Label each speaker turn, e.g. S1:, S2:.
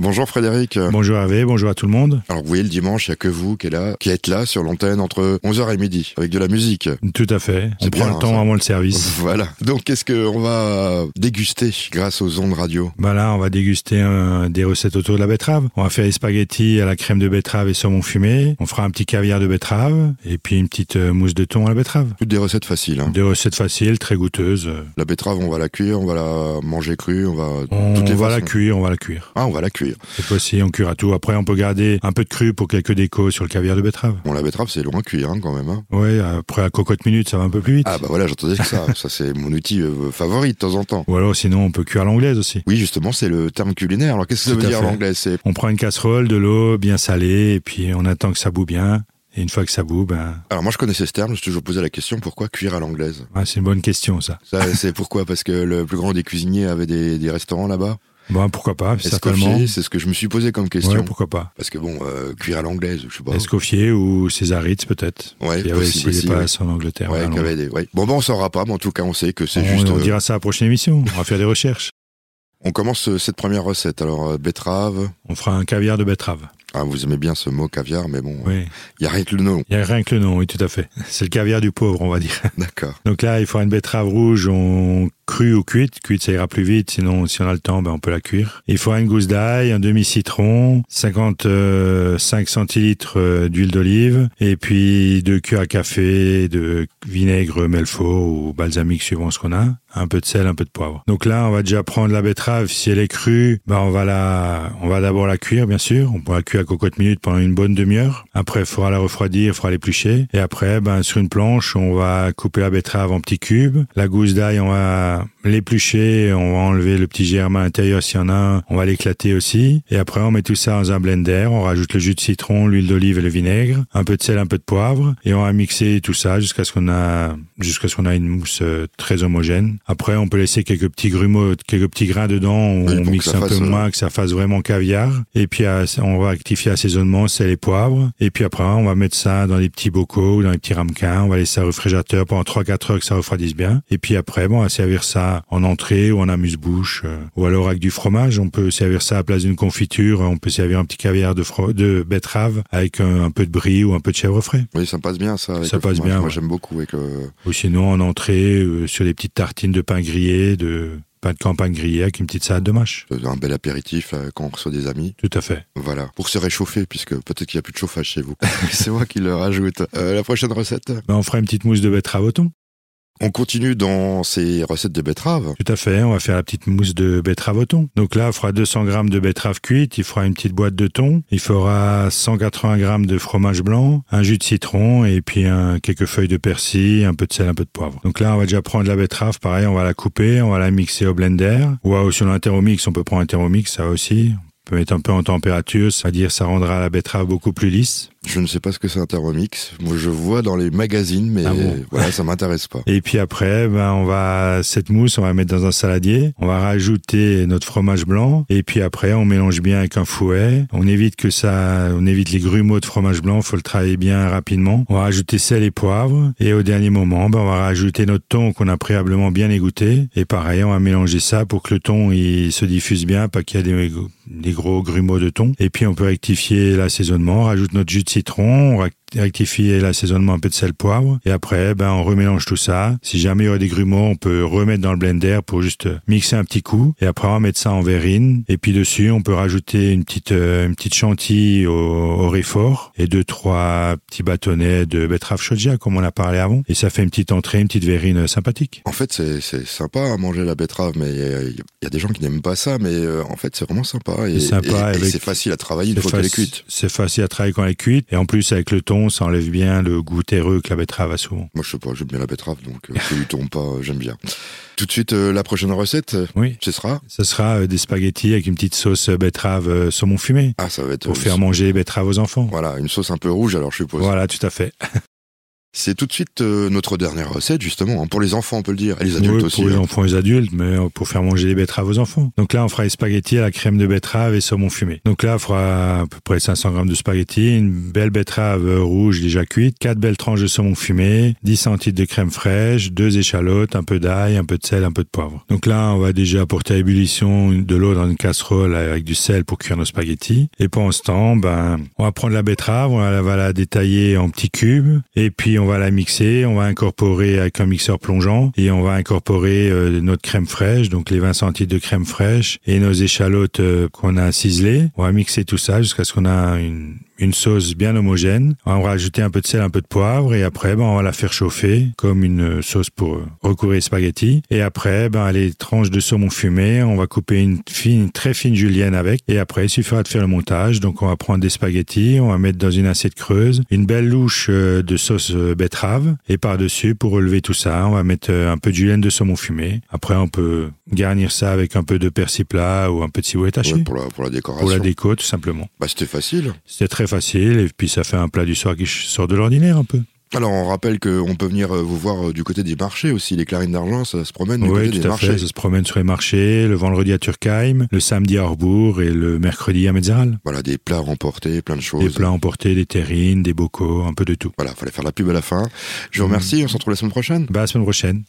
S1: Bonjour Frédéric.
S2: Bonjour Hervé, bonjour à tout le monde.
S1: Alors vous voyez, le dimanche, il n'y a que vous qui êtes là, qui êtes là sur l'antenne entre 11h et midi, avec de la musique.
S2: Tout à fait.
S1: C'est
S2: On prend
S1: bien,
S2: le temps
S1: ça.
S2: avant le service.
S1: Voilà. Donc qu'est-ce qu'on va déguster grâce aux ondes radio
S2: Bah là, on va déguster euh, des recettes autour de la betterave. On va faire des spaghettis à la crème de betterave et saumon fumé. On fera un petit caviar de betterave et puis une petite euh, mousse de thon à la betterave.
S1: Toutes des recettes faciles. hein.
S2: Des recettes faciles, très goûteuses.
S1: La betterave, on va la cuire, on va la manger crue, on va...
S2: On
S1: toutes les
S2: va la
S1: façons.
S2: cuire, on va la cuire.
S1: Ah, on va la cuire.
S2: Cette fois-ci, on cuira tout. Après, on peut garder un peu de cru pour quelques décos sur le caviar de betterave.
S1: Bon, la betterave, c'est loin à cuire hein, quand même. hein.
S2: Ouais, après la cocotte minute, ça va un peu plus vite.
S1: Ah bah voilà, j'entendais que ça. ça, c'est mon outil euh, favori de temps en temps.
S2: Ou alors, sinon, on peut cuire à l'anglaise aussi.
S1: Oui, justement, c'est le terme culinaire. Alors qu'est-ce que ça
S2: Tout
S1: veut
S2: à
S1: dire en
S2: fait.
S1: anglais C'est
S2: On prend une casserole, de l'eau bien salée, et puis on attend que ça boue bien. Et une fois que ça boue, ben,
S1: Alors moi, je connaissais ce terme, je me suis toujours posé la question, pourquoi cuire à l'anglaise
S2: ah, c'est une bonne question ça.
S1: Ça, c'est pourquoi Parce que le plus grand des cuisiniers avait des, des restaurants là-bas.
S2: Bon, pourquoi pas, certainement.
S1: Escoffier, c'est ce que je me suis posé comme question.
S2: Ouais, pourquoi pas.
S1: Parce que bon, euh, cuire à l'anglaise, je sais pas.
S2: Escoffier ou Césarites peut-être.
S1: Ouais,
S2: Il y avait
S1: possible
S2: aussi des
S1: aussi,
S2: passes en Angleterre.
S1: Ouais,
S2: à
S1: qu'il y
S2: Londres.
S1: avait des- ouais. Bon, ben on saura pas, mais en tout cas, on sait que c'est
S2: on,
S1: juste.
S2: on
S1: euh,
S2: dira ça à la prochaine émission. On va faire des recherches.
S1: on commence euh, cette première recette. Alors, euh, betterave.
S2: On fera un caviar de betterave.
S1: Ah, vous aimez bien ce mot caviar, mais bon, il
S2: Oui.
S1: y a rien que le nom.
S2: Il y a rien que le nom, oui, tout à fait. C'est le caviar du pauvre, on va dire.
S1: D'accord.
S2: Donc là, il faudra une betterave rouge, on crue ou cuite. Cuite, ça ira plus vite. Sinon, si on a le temps, ben, on peut la cuire. Il faudra une gousse d'ail, un demi-citron, 55 centilitres euh, d'huile d'olive, et puis deux cuillères à café de vinaigre Melfort ou balsamique suivant ce qu'on a. Un peu de sel, un peu de poivre. Donc là, on va déjà prendre la betterave. Si elle est crue, ben, on va la, on va d'abord la cuire, bien sûr. On pourra la cuire à cocotte minute pendant une bonne demi-heure. Après, il faudra la refroidir, il faudra l'éplucher. Et après, ben, sur une planche, on va couper la betterave en petits cubes. La gousse d'ail, on va l'éplucher, on va enlever le petit germe à l'intérieur s'il y en a un. On va l'éclater aussi. Et après, on met tout ça dans un blender. On rajoute le jus de citron, l'huile d'olive et le vinaigre. Un peu de sel, un peu de poivre. Et on va mixer tout ça jusqu'à ce qu'on a, jusqu'à ce qu'on a une mousse euh, très homogène. Après, on peut laisser quelques petits grumeaux, quelques petits grains dedans. On
S1: Oui, pour que
S2: mixe
S1: ça
S2: un peu
S1: fasse, euh,
S2: moins que ça fasse vraiment caviar. Et puis à- on va activer assaisonnement, sel et poivre. Et puis après, on va mettre ça dans les petits bocaux ou dans les petits ramequins. On va laisser ça au réfrigérateur pendant 3-4 heures que ça refroidisse bien. Et puis après, bon, on va servir ça en entrée ou en amuse-bouche. euh, ou alors avec du fromage, on peut servir ça à la place d'une confiture. On peut servir un petit caviar de, fro- de betterave avec un, un peu de brie ou un peu de chèvre frais.
S1: Oui, ça passe bien, ça. avec
S2: Ça
S1: le
S2: passe
S1: fromage.
S2: bien,
S1: Moi,
S2: ouais.
S1: j'aime beaucoup avec euh, le-
S2: Ou sinon en entrée euh, sur des petites tartines de pain grillé, de pain de campagne grillé avec une petite salade de mâche.
S1: un bel apéritif euh, quand on reçoit des amis.
S2: Tout à fait.
S1: Voilà, pour se réchauffer, puisque peut-être qu'il n'y a plus de chauffage chez vous. C'est moi qui le rajoute. Euh, la prochaine recette.
S2: Ben, on fera une petite mousse de betterave au thon.
S1: On continue dans ces recettes de betterave.
S2: Tout à fait, on va faire la petite mousse de betterave au thon. Donc là, il fera 200 grammes de betterave cuite, il fera une petite boîte de thon, il fera 180 grammes de fromage blanc, un jus de citron et puis un, quelques feuilles de persil, un peu de sel, un peu de poivre. Donc là, on va déjà prendre la betterave, pareil, on va la couper, on va la mixer au blender. Ou alors, si on a un thermomix, on peut prendre un thermomix, ça aussi. On peut mettre un peu en température, c'est-à-dire ça rendra la betterave beaucoup plus lisse.
S1: Je ne sais pas ce que c'est un thermomix. Moi, je vois dans les magazines, mais
S2: Ah bon
S1: voilà, ça m'intéresse pas.
S2: Et puis après, ben, on va, cette mousse, on va la mettre dans un saladier. On va rajouter notre fromage blanc. Et puis après, on mélange bien avec un fouet. On évite que ça, on évite les grumeaux de fromage blanc. Faut le travailler bien rapidement. On va rajouter sel et poivre. Et au dernier moment, ben, on va rajouter notre thon qu'on a préalablement bien égoutté. Et pareil, on va mélanger ça pour que le thon, il se diffuse bien, pas qu'il y ait des, des gros grumeaux de thon. Et puis, on peut rectifier l'assaisonnement. On rajoute notre jus de citron. On rac- rectifier l'assaisonnement un peu de sel poivre et après ben on remélange tout ça si jamais il y aurait des grumeaux on peut remettre dans le blender pour juste euh, mixer un petit coup et après on va mettre ça en verrine et puis dessus on peut rajouter une petite euh, une petite chantilly au, au réfort et deux trois petits bâtonnets de betterave shoja comme on a parlé avant et ça fait une petite entrée une petite verrine euh, sympathique
S1: En fait, c'est- c'est sympa à manger la betterave, mais il y, a des gens qui n'aiment pas ça, mais euh, en fait, c'est vraiment sympa. Et,
S2: C'est sympa
S1: et- et
S2: avec-
S1: c'est facile à travailler une
S2: C'est
S1: fois qu'elle est
S2: faci-
S1: cuite.
S2: c'est facile à travailler quand elle est cuite et en plus avec le thon ça enlève bien le goût terreux que la betterave a souvent
S1: Moi, je sais pas, j'aime bien la betterave, donc euh, si elle tombe pas, euh, j'aime bien. Tout de suite, euh, la prochaine recette, euh,
S2: oui
S1: ce sera
S2: ce sera euh, des spaghettis avec une petite sauce euh, betterave euh, saumon fumé
S1: Ah, ça va être...
S2: pour
S1: euh,
S2: faire manger les betteraves aux enfants.
S1: Voilà, une sauce un peu rouge, alors je suppose.
S2: Voilà, tout à fait.
S1: C'est tout de suite euh, notre dernière recette, justement, hein, pour les enfants, on peut le dire, et les adultes
S2: Oui,
S1: aussi.
S2: Pour les
S1: hein.
S2: enfants et les adultes, mais euh, pour faire manger des betteraves aux enfants. Donc là, on fera les spaghettis à la crème de betterave et saumon fumé. Donc là, on fera à peu près 500 grammes de spaghettis, une belle betterave euh, rouge déjà cuite, quatre belles tranches de saumon fumé, 10 centilitres de crème fraîche, deux échalotes, un peu d'ail, un peu de sel, un peu de poivre. Donc là, on va déjà apporter à ébullition de l'eau dans une casserole avec du sel pour cuire nos spaghettis. Et pendant ce temps, ben, on va prendre la betterave, on va la, va la détailler en petits cubes, et puis on va la mixer, on va incorporer avec un mixeur plongeant, et on va incorporer euh, notre crème fraîche, donc les 20 centilitres de crème fraîche, et nos échalotes euh, qu'on a ciselées. On va mixer tout ça jusqu'à ce qu'on a une, une sauce bien homogène. On va rajouter un peu de sel, un peu de poivre, et après, ben, on va la faire chauffer comme une euh, sauce pour euh, recouvrir les spaghettis. Et après, ben, les tranches de saumon fumé, on va couper une fine, une très fine julienne avec. Et après, il suffira de faire le montage. Donc, on va prendre des spaghettis, on va mettre dans une assiette creuse, une belle louche euh, de sauce euh, betterave, et par-dessus, pour relever tout ça, on va mettre euh, un peu de julienne de saumon fumé. Après, on peut garnir ça avec un peu de persil plat ou un peu de ciboulette hachée.
S1: Ouais, pour, la, pour la
S2: pour
S1: décoration.
S2: la déco, tout simplement.
S1: Bah, c'était facile.
S2: C'était très facile et puis ça fait un plat du soir qui ch- sort de l'ordinaire un peu.
S1: Alors, on rappelle qu'on peut venir euh, vous voir euh, du côté des marchés aussi. Les clarines d'argent, ça se promène du
S2: Oui,
S1: côté
S2: tout
S1: des
S2: à
S1: marchés.
S2: fait. Ça se promène sur les marchés, le vendredi à Turkheim, le samedi à Orbourg et le mercredi à Metzeral.
S1: Voilà, des plats remportés, plein de
S2: Des
S1: choses.
S2: plats emportés, des terrines, des bocaux, un peu de tout. Mmh.
S1: Voilà, fallait faire la pub à la fin. Je vous remercie, on se retrouve la semaine prochaine.
S2: Bah, à la semaine prochaine.